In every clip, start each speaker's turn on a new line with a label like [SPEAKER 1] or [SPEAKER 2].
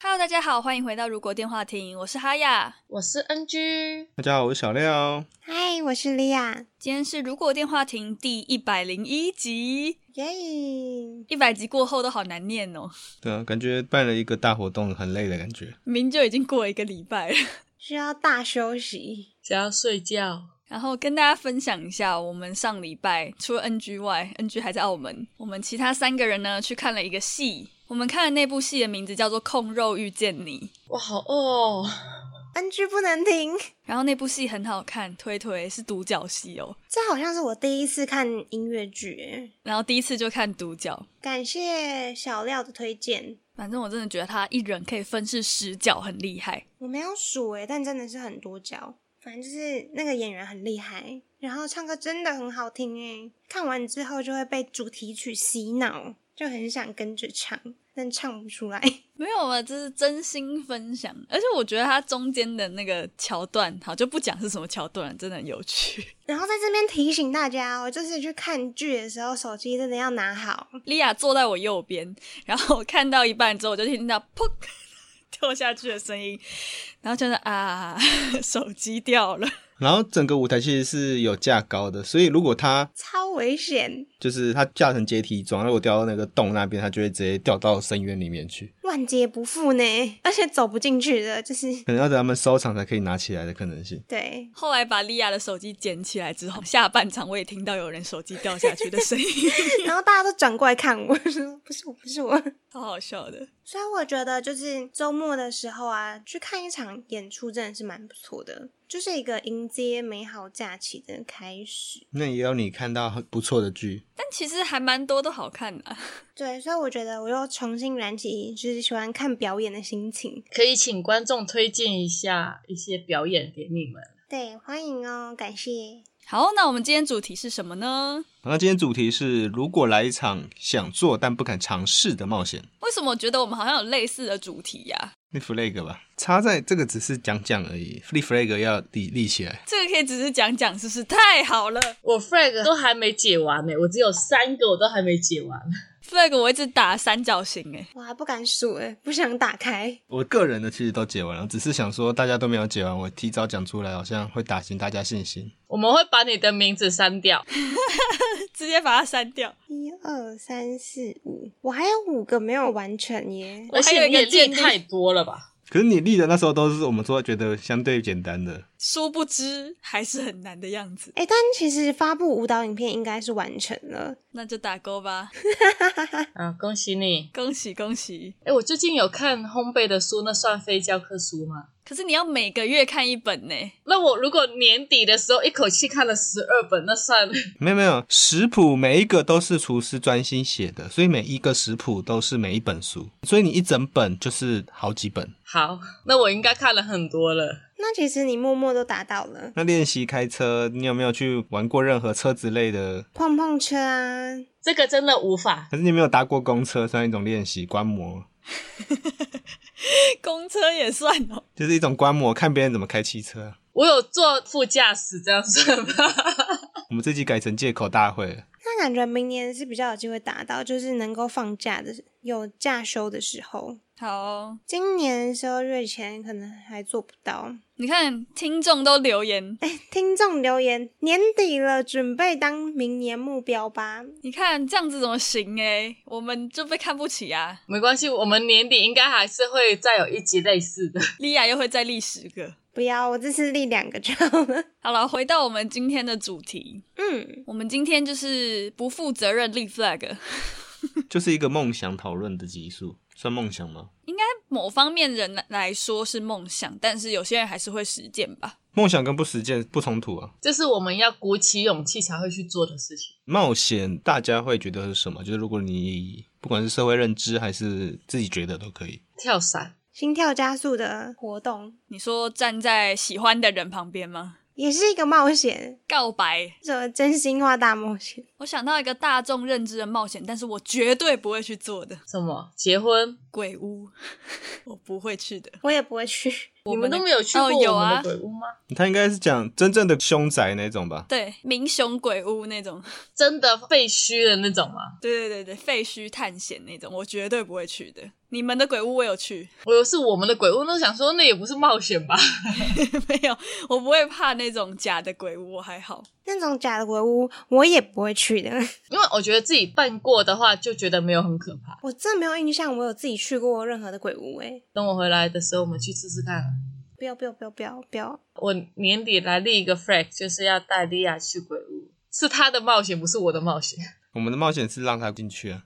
[SPEAKER 1] Hello，大家好，欢迎回到《如果电话亭》，我是哈雅。
[SPEAKER 2] 我是 NG，
[SPEAKER 3] 大家好，我是小廖。
[SPEAKER 4] 嗨，我是莉亚，
[SPEAKER 1] 今天是《如果电话亭》第一百零一集，
[SPEAKER 4] 耶！
[SPEAKER 1] 一百集过后都好难念哦，
[SPEAKER 3] 对啊，感觉办了一个大活动，很累的感觉。
[SPEAKER 1] 明明就已经过了一个礼拜了。
[SPEAKER 4] 需要大休息。
[SPEAKER 2] 只要睡觉。
[SPEAKER 1] 然后跟大家分享一下，我们上礼拜除了 NG 外，NG 还在澳门，我们其他三个人呢去看了一个戏。我们看的那部戏的名字叫做《控肉遇见你》，
[SPEAKER 2] 哇，好饿哦！
[SPEAKER 4] NG 不能停，
[SPEAKER 1] 然后那部戏很好看，推推是独角戏哦。
[SPEAKER 4] 这好像是我第一次看音乐剧耶，
[SPEAKER 1] 然后第一次就看独角，
[SPEAKER 4] 感谢小廖的推荐。
[SPEAKER 1] 反正我真的觉得他一人可以分饰十角，很厉害。
[SPEAKER 4] 我没有数诶，但真的是很多角。反正就是那个演员很厉害，然后唱歌真的很好听诶。看完之后就会被主题曲洗脑，就很想跟着唱，但唱不出来。
[SPEAKER 1] 没有啊，这是真心分享，而且我觉得他中间的那个桥段，好就不讲是什么桥段了，真的很有趣。
[SPEAKER 4] 然后在这边提醒大家哦，就是去看剧的时候，手机真的要拿好。
[SPEAKER 1] 莉亚坐在我右边，然后我看到一半之后，我就听到砰 掉下去的声音，然后就是啊， 手机掉了。
[SPEAKER 3] 然后整个舞台其实是有架高的，所以如果它
[SPEAKER 4] 超危险，
[SPEAKER 3] 就是它架成阶梯状，如果掉到那个洞那边，它就会直接掉到深渊里面去，
[SPEAKER 4] 万劫不复呢，而且走不进去的，就是
[SPEAKER 3] 可能要等他们收场才可以拿起来的可能性。
[SPEAKER 4] 对。
[SPEAKER 1] 后来把莉亚的手机捡起来之后，下半场我也听到有人手机掉下去的声音，
[SPEAKER 4] 然后大家都转过来看我， 说不是我，不是我。
[SPEAKER 1] 超好笑的。
[SPEAKER 4] 所以我觉得就是周末的时候啊，去看一场演出真的是蛮不错的，就是一个迎接美好假期的开始。
[SPEAKER 3] 那也有你看到很不错的剧，
[SPEAKER 1] 但其实还蛮多都好看的啊、
[SPEAKER 4] 对，所以我觉得我又重新燃起就是喜欢看表演的心情。
[SPEAKER 2] 可以请观众推荐一下一些表演给你们。
[SPEAKER 4] 对，欢迎哦，感谢。
[SPEAKER 1] 好，那我们今天主题是什么呢？
[SPEAKER 3] 好那今天主题是如果来一场想做但不敢尝试的冒险，
[SPEAKER 1] 为什么我觉得我们好像有类似的主题呀、
[SPEAKER 3] 立 flag 吧，插在这个只是讲讲而已，立 flag 要立立起来。
[SPEAKER 1] 这个可以只是讲讲，是不是太好了
[SPEAKER 2] 我 flag 都还没解完呢、欸我只有三个，我都还没解完。
[SPEAKER 1] ？flag 我一直打三角形，哎，
[SPEAKER 4] 我还不敢数诶，不想打开。
[SPEAKER 3] 我个人的其实都解完了，只是想说大家都没有解完，我提早讲出来好像会打击大家信心。
[SPEAKER 2] 我们会把你的名字删 掉。
[SPEAKER 1] 直接把它删掉。
[SPEAKER 4] 一二三四五，我还有五个没有完成耶。
[SPEAKER 1] 我
[SPEAKER 2] 而
[SPEAKER 1] 还有
[SPEAKER 2] 且
[SPEAKER 1] 一
[SPEAKER 2] 你
[SPEAKER 1] 个
[SPEAKER 2] 也练
[SPEAKER 1] 建议
[SPEAKER 2] 太多了吧？
[SPEAKER 3] 可是你立的那时候都是我们说觉得相对简单的，
[SPEAKER 1] 殊不知还是很难的样子，
[SPEAKER 4] 哎、但其实发布舞蹈影片应该是完成了，
[SPEAKER 1] 那就打勾吧。
[SPEAKER 2] 啊，恭喜你！
[SPEAKER 1] 恭喜恭喜！
[SPEAKER 2] 哎，我最近有看烘焙的书，那算非教科书吗？
[SPEAKER 1] 可是你要每个月看一本呢，
[SPEAKER 2] 那我如果年底的时候一口气看了十二本，那算
[SPEAKER 3] 没有没有，食谱每一个都是厨师专心写的，所以每一个食谱都是每一本书，所以你一整本就是好几本。
[SPEAKER 2] 好。那我应该看了很多了。
[SPEAKER 4] 那其实你默默都达到了。
[SPEAKER 3] 那练习开车，你有没有去玩过任何车之类的？
[SPEAKER 4] 碰碰车啊，
[SPEAKER 2] 这个真的无法，
[SPEAKER 3] 可是你有没有搭过公车，算一种练习观摩，
[SPEAKER 1] 公车也算哦。
[SPEAKER 3] 就是一种观摩，看别人怎么开汽车。啊
[SPEAKER 2] 我有坐副驾驶，这样算吗？
[SPEAKER 3] 我们这集改成借口大会了，
[SPEAKER 4] 那感觉明年是比较有机会达到，就是能够放假的有假休的时候。
[SPEAKER 1] 好哦、
[SPEAKER 4] 今年十二月前可能还做不到。
[SPEAKER 1] 你看听众都留言，
[SPEAKER 4] 哎，听众留言，年底了，准备当明年目标吧。
[SPEAKER 1] 你看这样子怎么行哎？我们就被看不起啊！
[SPEAKER 2] 没关系，我们年底应该还是会再有一集类似的。
[SPEAKER 1] 莉亚又会再立十个。
[SPEAKER 4] 不要，我这次立两个就好了。
[SPEAKER 1] 好了，回到我们今天的主题，
[SPEAKER 4] 嗯，
[SPEAKER 1] 我们今天就是不负责任立 flag，
[SPEAKER 3] 就是一个梦想讨论的集数，算梦想吗？
[SPEAKER 1] 某方面人来来说是梦想，但是有些人还是会实践吧。
[SPEAKER 3] 梦想跟不实践不冲突啊。
[SPEAKER 2] 这是我们要鼓起勇气才会去做的事情。
[SPEAKER 3] 冒险大家会觉得是什么？就是如果你不管是社会认知还是自己觉得都可以。
[SPEAKER 2] 跳伞，
[SPEAKER 4] 心跳加速的活动，
[SPEAKER 1] 你说站在喜欢的人旁边吗？
[SPEAKER 4] 也是一个冒险，
[SPEAKER 1] 告白。
[SPEAKER 4] 什么真心话大冒险，
[SPEAKER 1] 我想到一个大众认知的冒险，但是我绝对不会去做的
[SPEAKER 2] 什么结婚？
[SPEAKER 1] 鬼屋， 我不会去的。
[SPEAKER 4] 我也不会去。
[SPEAKER 2] 你们都没有去
[SPEAKER 1] 哦
[SPEAKER 2] 过
[SPEAKER 1] 有
[SPEAKER 2] 我
[SPEAKER 1] 啊
[SPEAKER 2] 们的鬼屋吗？
[SPEAKER 3] 他应该是讲真正的凶宅那种吧？
[SPEAKER 1] 对，民雄鬼屋那种，
[SPEAKER 2] 真的废墟的那种吗？
[SPEAKER 1] 对对对对，废墟探险那种，我绝对不会去的。你们的鬼屋我有去，
[SPEAKER 2] 我有是我们的鬼屋，那我想说那也不是冒险吧？
[SPEAKER 1] 没有，我不会怕那种假的鬼屋，我还好。
[SPEAKER 4] 那种假的鬼屋，我也不会去的。
[SPEAKER 2] 因为我觉得自己办过的话，就觉得没有很可怕。
[SPEAKER 4] 我真的没有印象，我有自己去过任何的鬼屋、欸。
[SPEAKER 2] 等我回来的时候，我们去试试看啊。
[SPEAKER 4] 不要不要不要不要不要！
[SPEAKER 2] 我年底来立一个 flag，就是要带莉亚去鬼屋，是她的冒险，不是我的冒险。
[SPEAKER 3] 我们的冒险是让他进去啊，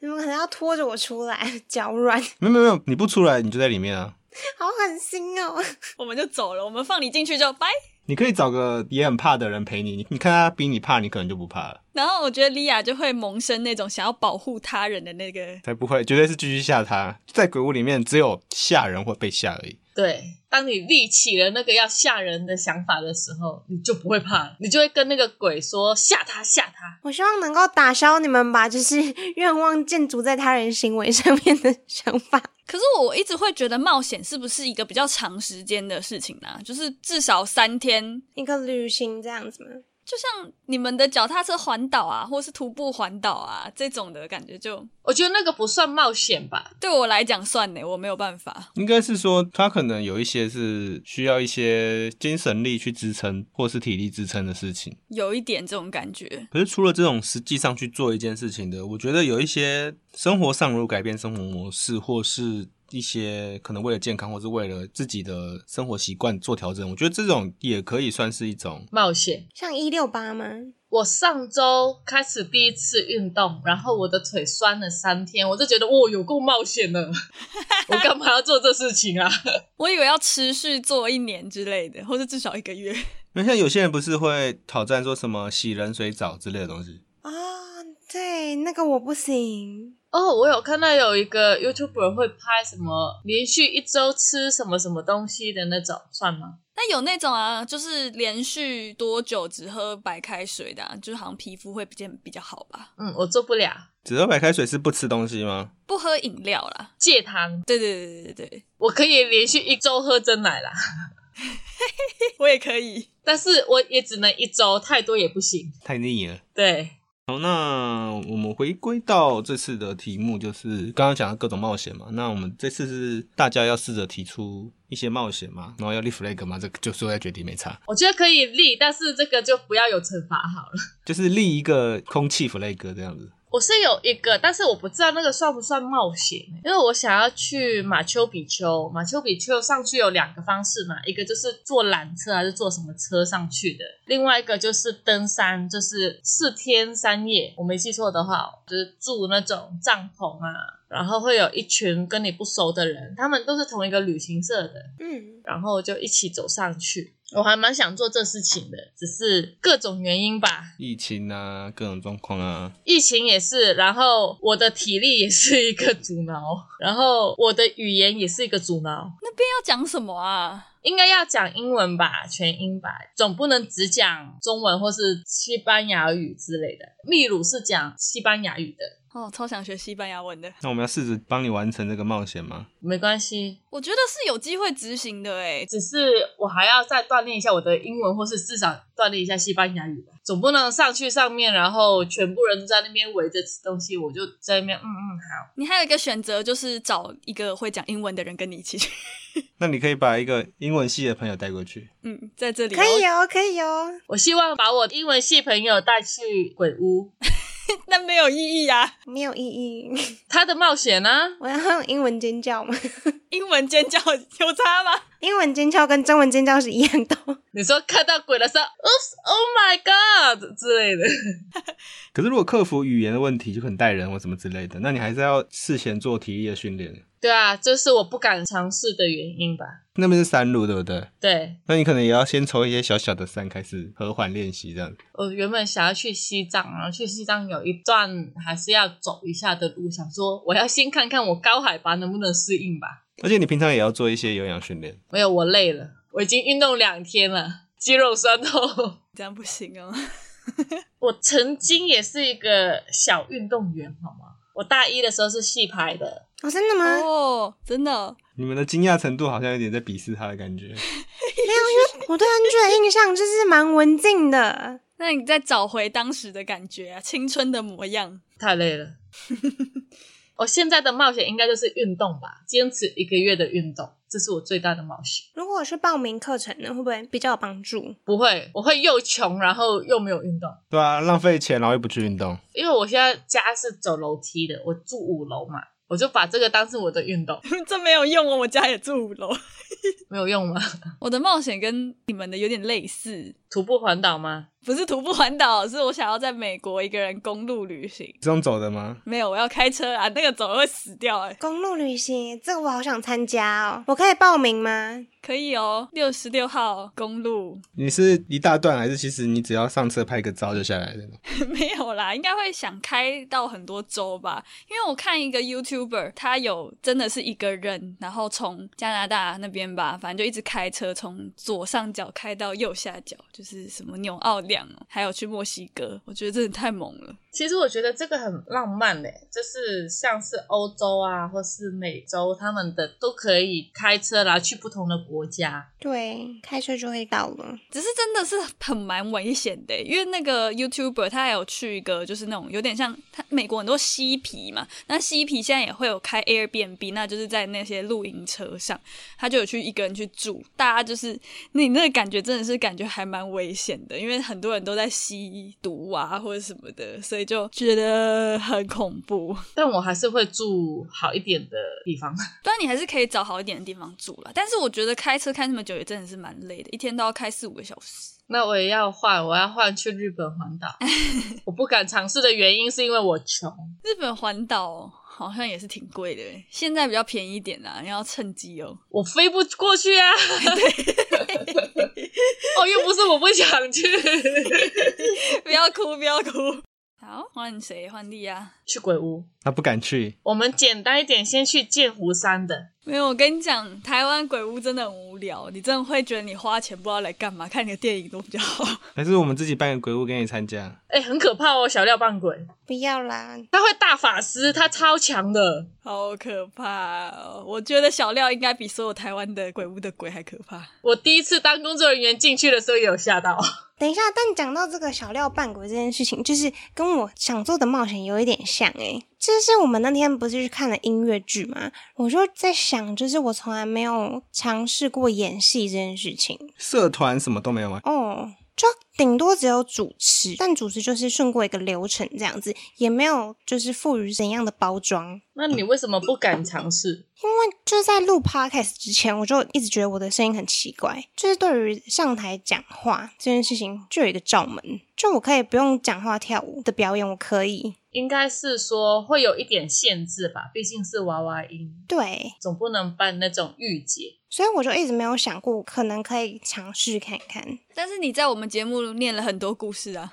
[SPEAKER 4] 你们可能要拖着我出来，脚软，
[SPEAKER 3] 没有没有没有，你不出来你就在里面啊。
[SPEAKER 4] 好狠心哦！
[SPEAKER 1] 我们就走了，我们放你进去就拜。
[SPEAKER 3] 你可以找个也很怕的人陪你，你你看他比你怕，你可能就不怕了。
[SPEAKER 1] 然后我觉得莉亚就会萌生那种想要保护他人的那个，
[SPEAKER 3] 才不会，绝对是继续吓他。在鬼屋里面，只有吓人或被吓而已。
[SPEAKER 2] 对，当你立起了那个要吓人的想法的时候，你就不会怕了，你就会跟那个鬼说吓他吓他。
[SPEAKER 4] 我希望能够打消你们把就是愿望建筑在他人行为上面的想法。
[SPEAKER 1] 可是我一直会觉得冒险是不是一个比较长时间的事情呢、啊就是至少三天，
[SPEAKER 4] 一个旅行这样子吗？
[SPEAKER 1] 就像你们的脚踏车环岛啊，或是徒步环岛啊这种的感觉就，
[SPEAKER 2] 我觉得那个不算冒险吧，
[SPEAKER 1] 对我来讲算呢，我没有办法。
[SPEAKER 3] 应该是说，他可能有一些是需要一些精神力去支撑，或是体力支撑的事情。
[SPEAKER 1] 有一点这种感觉，
[SPEAKER 3] 可是除了这种实际上去做一件事情的，我觉得有一些生活上如果改变生活模式，或是一些可能为了健康，或是为了自己的生活习惯做调整，我觉得这种也可以算是一种。
[SPEAKER 2] 冒险。
[SPEAKER 4] 像一六八吗？
[SPEAKER 2] 我上周开始第一次运动，然后我的腿酸了三天，我就觉得哦，有够冒险 了，我干嘛要做这事情啊？
[SPEAKER 1] 我以为要持续做一年之类的，或是至少一个月。
[SPEAKER 3] 因为像有些人不是会挑战说什么洗冷水澡之类的东西，
[SPEAKER 4] 啊、对，那个我不行。
[SPEAKER 2] 哦，我有看到有一个 YouTuber 会拍什么连续一周吃什么什么东西的那种，算吗？
[SPEAKER 1] 那有那种啊，就是连续多久只喝白开水的、啊，就是好像皮肤会比较比较好吧？
[SPEAKER 2] 嗯，我做不了，
[SPEAKER 3] 只喝白开水是不吃东西吗？
[SPEAKER 1] 不喝饮料啦。
[SPEAKER 2] 戒糖，
[SPEAKER 1] 对对对对对，
[SPEAKER 2] 我可以连续一周喝真奶啦，
[SPEAKER 1] 我也可以。
[SPEAKER 2] 但是我也只能一周，太多也不行。
[SPEAKER 3] 太腻了。
[SPEAKER 2] 对，
[SPEAKER 3] 好，那我们回归到这次的题目，就是刚刚讲的各种冒险嘛。那我们这次是大家要试着提出一些冒险嘛，然后要立 flag 嘛，这个就是在决定没差，
[SPEAKER 2] 我觉得可以立，但是这个就不要有惩罚好了。
[SPEAKER 3] 就是立一个空气 flag 这样子。
[SPEAKER 2] 我是有一个，但是我不知道那个算不算冒险，欸因为我想要去马丘比丘。马丘比丘上去有两个方式嘛，一个就是坐缆车还是坐什么车上去的，另外一个就是登山，就是四天三夜，我没记错的话，就是住那种帐篷啊，然后会有一群跟你不熟的人，他们都是同一个旅行社的，
[SPEAKER 4] 嗯，
[SPEAKER 2] 然后就一起走上去。我还蛮想做这事情的，只是各种原因吧，
[SPEAKER 3] 疫情啊，各种状况啊，
[SPEAKER 2] 疫情也是，然后我的体力也是一个阻挠， 然后我的语言也是一个阻挠。
[SPEAKER 1] 那边要讲什么啊？
[SPEAKER 2] 应该要讲英文吧，全英吧，总不能只讲中文或是西班牙语之类的。秘鲁是讲西班牙语的，
[SPEAKER 1] 哦，超想学西班牙文的，
[SPEAKER 3] 那我们要试着帮你完成这个冒险吗？
[SPEAKER 2] 没关系，
[SPEAKER 1] 我觉得是有机会执行的欸诶。
[SPEAKER 2] 只是我还要再锻炼一下我的英文，或是至少锻炼一下西班牙语吧。总不能上去上面，然后全部人都在那边围着吃东西，我就在那边嗯嗯好。
[SPEAKER 1] 你还有一个选择，就是找一个会讲英文的人跟你一起去。
[SPEAKER 3] 那你可以把一个英文系的朋友带过去，
[SPEAKER 1] 嗯，在这里
[SPEAKER 4] 可以
[SPEAKER 1] 啊，
[SPEAKER 4] 哦，可以哦。
[SPEAKER 2] 我希望把我英文系朋友带去鬼屋，
[SPEAKER 1] 那没有意义啊。
[SPEAKER 4] 没有意义，
[SPEAKER 2] 他的冒险啊呢、
[SPEAKER 4] 我要用英文尖叫吗？
[SPEAKER 1] 英文尖叫 有差吗？
[SPEAKER 4] 英文尖叫跟中文尖叫是一样的哦。
[SPEAKER 2] 你说看到鬼的时候，Oops, Oh my God 之类的，
[SPEAKER 3] 可是如果克服语言的问题，就很带人或什么之类的，那你还是要事先做体力的训练。
[SPEAKER 2] 对啊，这是我不敢尝试的原因吧？
[SPEAKER 3] 那边是山路，对不对？
[SPEAKER 2] 对
[SPEAKER 3] 那你可能也要先从一些小小的山开始和缓练习，这样。
[SPEAKER 2] 我原本想要去西藏，然后去西藏有一段还是要走一下的路，想说我要先看看我高海拔能不能适应吧。
[SPEAKER 3] 而且你平常也要做一些有氧训练，
[SPEAKER 2] 没有，我累了，我已经运动两天了。肌肉酸痛。
[SPEAKER 1] 这样不行哦。
[SPEAKER 2] 我曾经也是一个小运动员，好吗？我大一的时候是戏排的，
[SPEAKER 4] 哦，真的吗？
[SPEAKER 1] 哦，真的，
[SPEAKER 3] 你们的惊讶程度好像有点在鄙视他的感觉。
[SPEAKER 4] 没有，因为我对安居的印象就是蛮文静的。
[SPEAKER 1] 那你再找回当时的感觉啊，青春的模样。
[SPEAKER 2] 太累 了。我现在的冒险应该就是运动吧，坚持一个月的运动，这是我最大的冒险。
[SPEAKER 4] 如果我去报名课程呢，会不会比较有帮助？
[SPEAKER 2] 不会，我会又穷，然后又没有运动，
[SPEAKER 3] 对啊，浪费钱，然后又不去运动。
[SPEAKER 2] 因为我现在家是走楼梯的，我住五楼嘛，我就把这个当成我的运 动，
[SPEAKER 1] 这没有用哦，我家也住五楼。
[SPEAKER 2] 没有用吗？
[SPEAKER 1] 我的冒险跟你们的有点类似，
[SPEAKER 2] 徒步环岛吗？
[SPEAKER 1] 不是徒步环岛，是我想要在美国一个人公路旅行。
[SPEAKER 3] 这种走的吗？
[SPEAKER 1] 没有，我要开车啊，那个走了会死掉哎、
[SPEAKER 4] 公路旅行，这个我好想参加哦，我可以报名吗？
[SPEAKER 1] 可以哦，六十六号公路
[SPEAKER 3] 你是一大段，还是其实你只要上车拍个照就下来的？
[SPEAKER 1] 没有啦，应该会想开到很多州吧，因为我看一个 YouTuber，他有真的是一个人，然后从加拿大那边吧，反正就一直开车从左上角开到右下角，就是什么纽奥良哦，还有去墨西哥，我觉得真的太猛了。
[SPEAKER 2] 其实我觉得这个很浪漫嘞，就是像是欧洲啊，或是美洲，他们的都可以开车啦，去不同的国家。
[SPEAKER 4] 对，开车就会到了。
[SPEAKER 1] 只是真的是很蛮危险的，因为那个 YouTuber 他还有去一个就是那种有点像他美国很多嬉皮嘛，那嬉皮现在也会有开 Airbnb，那就是在那些露营车上，他就有去一个人去住，大家就是你那个感觉真的是感觉还蛮危险的，因为很多人都在吸毒啊或者什么的，所以就觉得很恐 怖。
[SPEAKER 2] 但我还是会住好一点的地方。
[SPEAKER 1] 当然你还是可以找好一点的地方住啦，但是我觉得开车开那么久也真的是蛮累的，一天都要开四五个小时。
[SPEAKER 2] 那我也要换，我要换去日本环岛。我不敢尝试的原因是因为我穷。
[SPEAKER 1] 日本环岛好像也是挺贵的耶，现在比较便宜一点啦，你要趁机 哦。
[SPEAKER 2] 我飞不过去啊！ 哦，又不是我不想去，
[SPEAKER 1] 不要哭，不要哭。好，换谁？换莉亚。
[SPEAKER 2] 去鬼屋。
[SPEAKER 3] 他不敢去，
[SPEAKER 2] 我们简单一点，先去剑湖山的。
[SPEAKER 1] 没有，我跟你讲，台湾鬼屋真的很无聊，你真的会觉得你花钱不知道来干嘛，看你的电影都比较 好。
[SPEAKER 3] 还是我们自己办个鬼屋给你参加？
[SPEAKER 2] 哎，很可怕哦，小料扮鬼，
[SPEAKER 4] 不要啦，
[SPEAKER 2] 他会大法师，他超强的。
[SPEAKER 1] 好可怕哦！我觉得小廖应该比所有台湾的鬼屋的鬼还可怕。
[SPEAKER 2] 我第一次当工作人员进去的时候也有吓到。
[SPEAKER 4] 等一下，但讲到这个小料扮鬼这件事情，就是跟我想做的冒险有一点像诶、就是我们那天不是去看了音乐剧嘛，我就在想，就是我从来没有尝试过演戏这件事情
[SPEAKER 3] 社团什么都没有吗？
[SPEAKER 4] 哦，就顶多只有主持，但主持就是顺过一个流程这样子，也没有就是赋予怎样的包装。
[SPEAKER 2] 那你为什么不敢尝试？
[SPEAKER 4] 因为就在录 podcast 之前，我就一直觉得我的声音很奇怪，就是对于上台讲话这件事情，就有一个罩门，就我可以不用讲话跳舞的表演，我可以。
[SPEAKER 2] 应该是说会有一点限制吧，毕竟是娃娃音，
[SPEAKER 4] 对，
[SPEAKER 2] 总不能办那种御姐。
[SPEAKER 4] 所以我就一直没有想过，可能可以尝试看看。
[SPEAKER 1] 但是你在我们节目念了很多故事啊，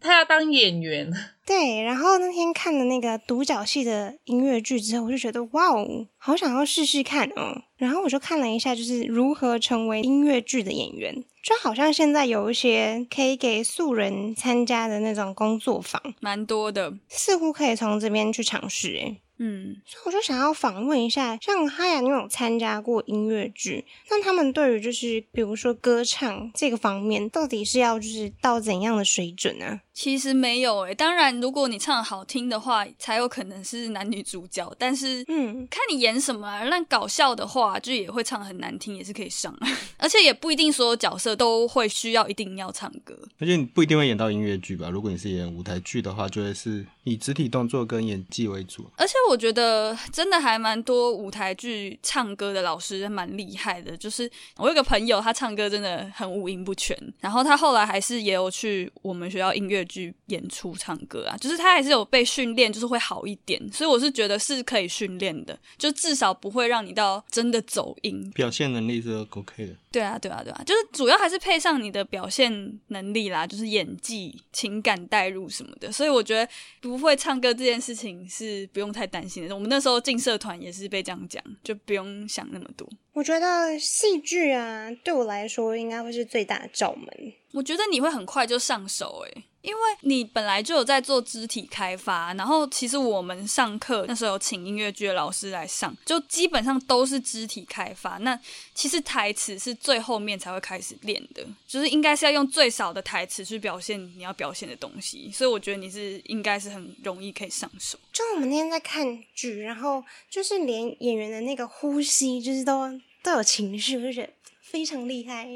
[SPEAKER 2] 他要当演员，
[SPEAKER 4] 对，然后那天看了那个独角戏的音乐剧之后，我就觉得哇哦，好想要试试看哦。然后我就看了一下，就是如何成为音乐剧的演员，就好像现在有一些可以给素人参加的那种工作坊，
[SPEAKER 1] 蛮多的。
[SPEAKER 4] 似乎可以从这边去尝试诶。
[SPEAKER 1] 嗯，
[SPEAKER 4] 所以我就想要访问一下，像哈雅，你有参加过音乐剧，那他们对于就是比如说歌唱这个方面，到底是要就是到怎样的水准啊呢、
[SPEAKER 1] 其实没有诶、当然如果你唱得好听的话，才有可能是男女主角，但是
[SPEAKER 4] 嗯，
[SPEAKER 1] 看你演什么、啊，那搞笑的话就也会唱很难听，也是可以上，啊 而且也不一定所有角色都会需要一定要唱歌。
[SPEAKER 3] 而且你不一定会演到音乐剧吧？如果你是演舞台剧的话，就会是以肢体动作跟演技为主。
[SPEAKER 1] 而且我觉得真的还蛮多舞台剧唱歌的老师蛮厉害的，就是我有个朋友，他唱歌真的很五音不全，然后他后来还是也有去我们学校音乐剧演出唱歌啊，就是他还是有被训练，就是会好一点。所以我是觉得是可以训练的，就至少不会让你到真的走音。
[SPEAKER 3] 表现能力是 OK 的。
[SPEAKER 1] 对啊，对啊，对啊，就是主要还是配上你的表现能力啦，就是演技、情感带入什么的。所以我觉得不会唱歌这件事情是不用太担心的。我们那时候进社团也是被这样讲，就不用想那么多。
[SPEAKER 4] 我觉得戏剧啊，对我来说应该会是最大的罩门。
[SPEAKER 1] 我觉得你会很快就上手诶、因为你本来就有在做肢体开发，然后其实我们上课那时候有请音乐剧的老师来上，就基本上都是肢体开发。那其实台词是最后面才会开始练的，就是应该是要用最少的台词去表现你要表现的东西，所以我觉得你是应该是很容易可以上手。
[SPEAKER 4] 就我们那天在看剧，然后就是连演员的那个呼吸，就是都都有情绪，我就觉得非常厉害。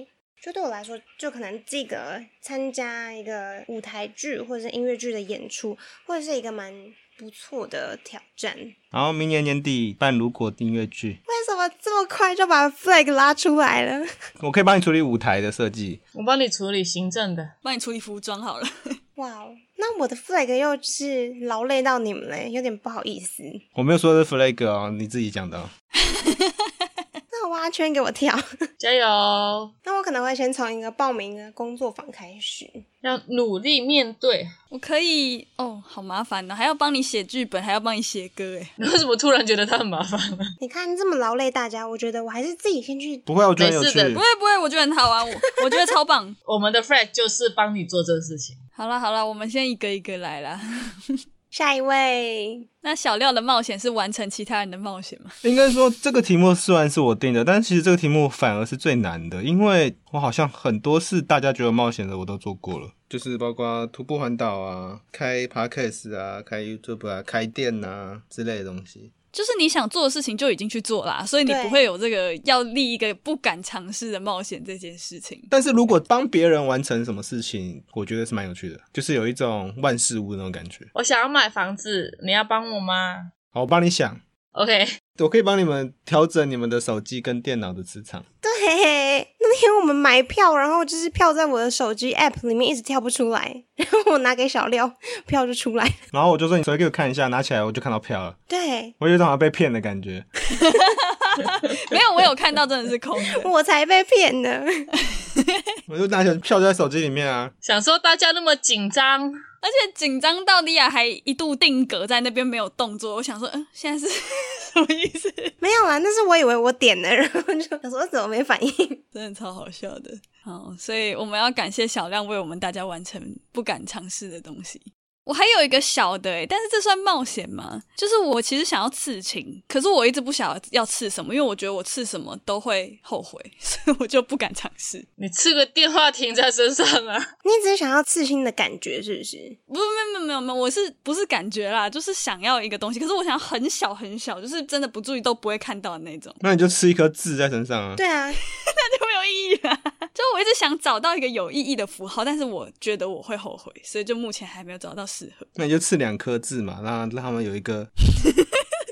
[SPEAKER 4] 就对我来说，就可能这个参加一个舞台剧或者是音乐剧的演出，会是一个蛮不错的挑战。为
[SPEAKER 3] 然后明年年底办如果音乐剧，
[SPEAKER 4] 什么这么快就把 flag 拉出来了？
[SPEAKER 3] 我可以帮你处理舞台的设计。
[SPEAKER 2] 我帮你处理行政的，
[SPEAKER 1] 帮你处理服装好了，
[SPEAKER 4] 哇哦，那我的 flag 又是劳累到你们嘞，有点不好意思。
[SPEAKER 3] 我没有说的是 flag 哦，你自己讲的哦、
[SPEAKER 4] 那我挖圈给我跳，
[SPEAKER 2] 加油！
[SPEAKER 4] 那我可能会先从一个报名的工作坊开始。
[SPEAKER 2] 要努力面对。
[SPEAKER 1] 我可以哦，好麻烦呢、还要帮你写剧本，还要帮你写歌，欸诶，
[SPEAKER 2] 你为什么突然觉得他很麻烦 呢？
[SPEAKER 4] 你看这么劳累大家，我觉得我还是自己先去。
[SPEAKER 3] 不会，啊我觉得很有
[SPEAKER 2] 没事
[SPEAKER 3] 趣
[SPEAKER 2] 的。
[SPEAKER 1] 不会不会，我觉得很好玩，我我觉得超棒。
[SPEAKER 2] 我们的 flag 就是帮你做这个事情。
[SPEAKER 1] 好啦好啦，我们先一个一个来啦。
[SPEAKER 4] 下一位，
[SPEAKER 1] 那小廖的冒险是完成其他人的冒险吗？
[SPEAKER 3] 应该说这个题目虽然是我定的，但其实这个题目反而是最难的，因为我好像很多事大家觉得冒险的我都做过了，就是包括徒步环岛啊、开 podcast 啊、开 YouTube 啊、开店啊之类的东西。
[SPEAKER 1] 就是你想做的事情就已经去做啦，所以你
[SPEAKER 4] 对
[SPEAKER 1] 不会有这个要立一个不敢尝试的冒险这件事情。
[SPEAKER 3] 但是如果帮别人完成什么事情，我觉得是蛮有趣的，就是有一种万事屋的那种感觉。
[SPEAKER 2] 我想要买房子，你要帮我吗
[SPEAKER 3] 好，我帮你想，
[SPEAKER 2] ？OK，
[SPEAKER 3] 我可以帮你们调整你们的手机跟电脑的磁场。
[SPEAKER 4] 对，那天我们买票，然后就是票在我的手机 app 里面一直跳不出来，然后我拿给小廖，票就出来了。
[SPEAKER 3] 然后我就说你手机给我看一下，拿起来我就看到票了，
[SPEAKER 4] 对，
[SPEAKER 3] 我有一种好像被骗的感觉。
[SPEAKER 1] 没有，我有看到真的是空的。
[SPEAKER 4] 我才被骗的。
[SPEAKER 3] 我就拿起来票就在手机里面啊，
[SPEAKER 2] 想说大家那么紧张，
[SPEAKER 1] 而且紧张到莉亚还一度定格在那边没有动作，我想说，嗯，现在是 什么意思？
[SPEAKER 4] 没有啦，那是我以为我点了，然后就想说怎么没反应。
[SPEAKER 1] 真的超好笑的。好，所以我们要感谢小亮为我们大家完成不敢尝试的东西。我还有一个小的欸诶、但是这算冒险吗？就是我其实想要刺青，可是我一直不想要刺什么，因为我觉得我刺什么都会后悔， 所以我就不敢尝试。
[SPEAKER 2] 你刺个电话亭在身上啊？
[SPEAKER 4] 你只是想要刺青的感觉是不是？
[SPEAKER 1] 不，没有没有没有没有，我是不是感觉啦？就是想要一个东西，可是我想要很小很小，就是真的不注意都不会看到的那种，
[SPEAKER 3] 那你就吃一颗痣在身上啊。
[SPEAKER 4] 对啊，
[SPEAKER 1] 那就没有意义啦。 就我一直想找到一个有意义的符号，但是我觉得我会后悔，所以就目前还没有找到适合。
[SPEAKER 3] 那你就刺两颗痣嘛，让让他们有一个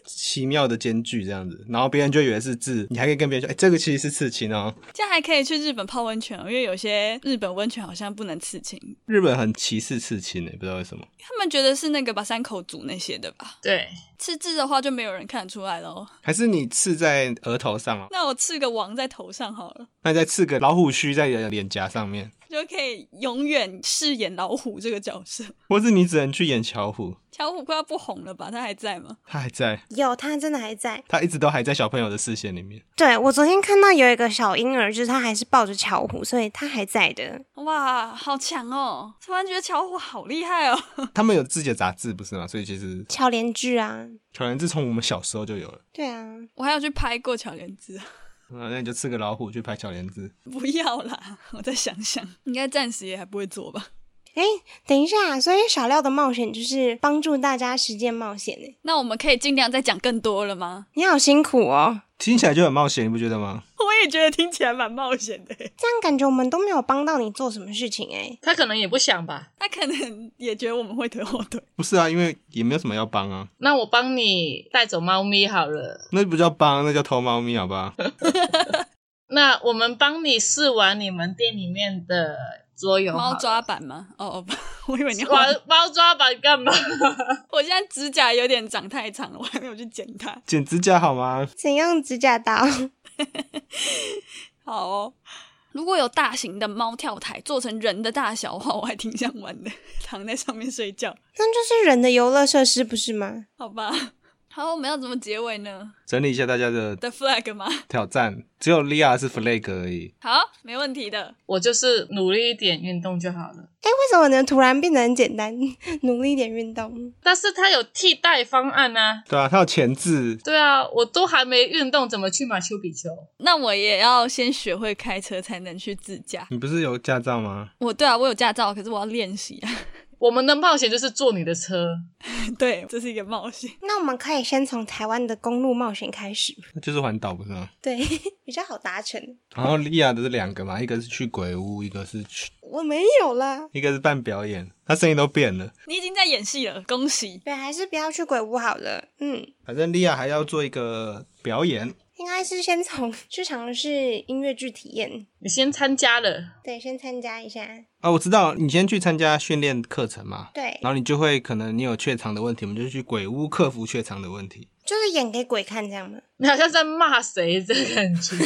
[SPEAKER 3] 奇妙的间距这样子，然后别人就以为是痣，你还可以跟别人说，哎、这个其实是刺青哦。
[SPEAKER 1] 这样还可以去日本泡温泉哦，因为有些日本温泉好像不能刺青，
[SPEAKER 3] 日本很歧视刺青欸诶、不知道为什么。
[SPEAKER 1] 他们觉得是那个吧山口组那些的吧。
[SPEAKER 2] 对，
[SPEAKER 1] 刺字的话就没有人看得出来喽。
[SPEAKER 3] 还是你刺在额头上哦，
[SPEAKER 1] 那我刺个王在头上好了，
[SPEAKER 3] 那你再刺个老虎须在你的脸颊上面，
[SPEAKER 1] 就可以永远饰演老虎这个角色。
[SPEAKER 3] 或是你只能去演巧虎，
[SPEAKER 1] 巧虎快要不红了吧？他还在吗？
[SPEAKER 3] 他还在，
[SPEAKER 4] 有他真的还在。
[SPEAKER 3] 他一直都还在小朋友的视线里面。
[SPEAKER 4] 对我昨天看到有一个小婴儿，就是他还是抱着巧虎，所以他还在的。
[SPEAKER 1] 哇，好强哦！突然觉得巧虎好厉害哦。
[SPEAKER 3] 他们有自己的杂志不是吗？所以其实
[SPEAKER 4] 巧莲剧啊，
[SPEAKER 3] 可能自从我们小时候就有了。
[SPEAKER 4] 对啊，
[SPEAKER 1] 我还要去拍过巧莲子，
[SPEAKER 3] 嗯，那你就刺个老虎去拍小莲子。
[SPEAKER 1] 不要啦，我再想想，应该暂时也还不会做吧。
[SPEAKER 4] 哎，等一下，所以小廖的冒险就是帮助大家实践冒险呢。
[SPEAKER 1] 那我们可以尽量再讲更多了吗？
[SPEAKER 4] 你好辛苦哦，
[SPEAKER 3] 听起来就很冒险，你不觉得吗？
[SPEAKER 1] 我也觉得听起来蛮冒险的。欸
[SPEAKER 4] 这样感觉我们都没有帮到你做什么事情哎。
[SPEAKER 2] 他可能也不想吧。
[SPEAKER 1] 他可能也觉得我们会推后腿，
[SPEAKER 3] 不是啊，因为也没有什么要帮啊，
[SPEAKER 2] 那我帮你带走猫咪好了。
[SPEAKER 3] 那不叫帮，那叫偷猫咪，好吧？
[SPEAKER 2] 那我们帮你试完你们店里面的桌游好
[SPEAKER 1] 猫
[SPEAKER 2] 了
[SPEAKER 1] 抓板吗？哦 哦，不我以为你要
[SPEAKER 2] 猫
[SPEAKER 1] 玩。
[SPEAKER 2] 猫抓板干嘛？
[SPEAKER 1] 我现在指甲有点长太长了，我 还没有去剪它。
[SPEAKER 3] 剪指甲好吗？
[SPEAKER 4] 怎用指甲刀？
[SPEAKER 1] 好哦，如果有大型的猫跳台做成人的大小的话，我还挺想玩的， 躺在上面睡觉。
[SPEAKER 4] 那就是人的游乐设施，不是吗？
[SPEAKER 1] 好吧，好，我们要怎么结尾呢
[SPEAKER 3] 整理一下大家的
[SPEAKER 1] ？The flag 吗？
[SPEAKER 3] 挑战，只有莉亚是 flag 而已。
[SPEAKER 1] 好，没问题的。
[SPEAKER 2] 我就是努力一点运动就好了。
[SPEAKER 4] 哎，为什么呢？突然变得很简单， 努力一点运动。
[SPEAKER 2] 但是它有替代方案啊。
[SPEAKER 3] 对啊，它有前置，
[SPEAKER 2] 对啊，我都还没运动，怎么去马丘比丘？
[SPEAKER 1] 那我也要先学会开车才能去自驾。
[SPEAKER 3] 你不是有驾照吗？
[SPEAKER 1] 我对啊，我有驾照，可是我要练习啊。
[SPEAKER 2] 我们的冒险就是坐你的车，
[SPEAKER 1] 对，这是一个冒险。
[SPEAKER 4] 那我们可以先从台湾的公路冒险开始，
[SPEAKER 3] 那就是环岛不是吗？
[SPEAKER 4] 对，比较好达成。
[SPEAKER 3] 然后莉亚的是两个嘛，一个是去鬼屋，一个是去，
[SPEAKER 4] 我没有啦，
[SPEAKER 3] 一个是办表演，她声音都变了。
[SPEAKER 1] 你已经在演戏了，恭喜！
[SPEAKER 4] 对，还是不要去鬼屋好了。嗯，
[SPEAKER 3] 反正莉亚还要做一个表演，
[SPEAKER 4] 应该是先从 去尝试音乐剧体验，
[SPEAKER 2] 你先参加了，
[SPEAKER 4] 对，先参加一下。
[SPEAKER 3] 啊，我知道，你先去参加训练课程嘛，
[SPEAKER 4] 对，
[SPEAKER 3] 然后你就会可能你有怯场的问题，我们就去鬼屋克服怯场的问题。
[SPEAKER 4] 就是演给鬼看这样嘛。
[SPEAKER 2] 你好像在骂谁的感 觉。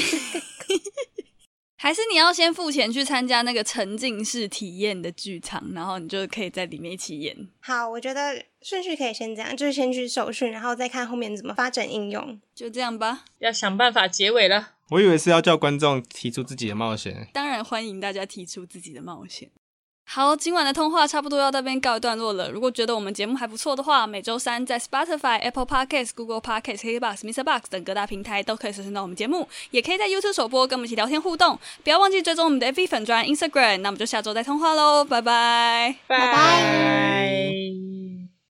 [SPEAKER 1] 还是你要先付钱去参加那个沉浸式体验的剧场，然后你就可以在里面一起演。
[SPEAKER 4] 好，我觉得顺序可以先这样，就是先去受训，然后再看后面怎么发展应用。
[SPEAKER 1] 就这样吧。
[SPEAKER 2] 要想办法结尾了。
[SPEAKER 3] 我以为是要叫观众提出自己的冒险，
[SPEAKER 1] 当然欢迎大家提出自己的冒险。好，今晚的通话差不多要到这边告一段落了。如果觉得我们节目还不错的话，每周三在 Spotify、Apple Podcasts、Google Podcasts、KKBox、Mr. Box 等各大平台都可以收听到我们节目，也可以在 YouTube 首播跟我们一起聊天互动。不要忘记追踪我们的 FB 粉专 Instagram。那我们就下周再通话喽，拜拜。
[SPEAKER 2] 拜
[SPEAKER 4] 拜
[SPEAKER 2] 拜。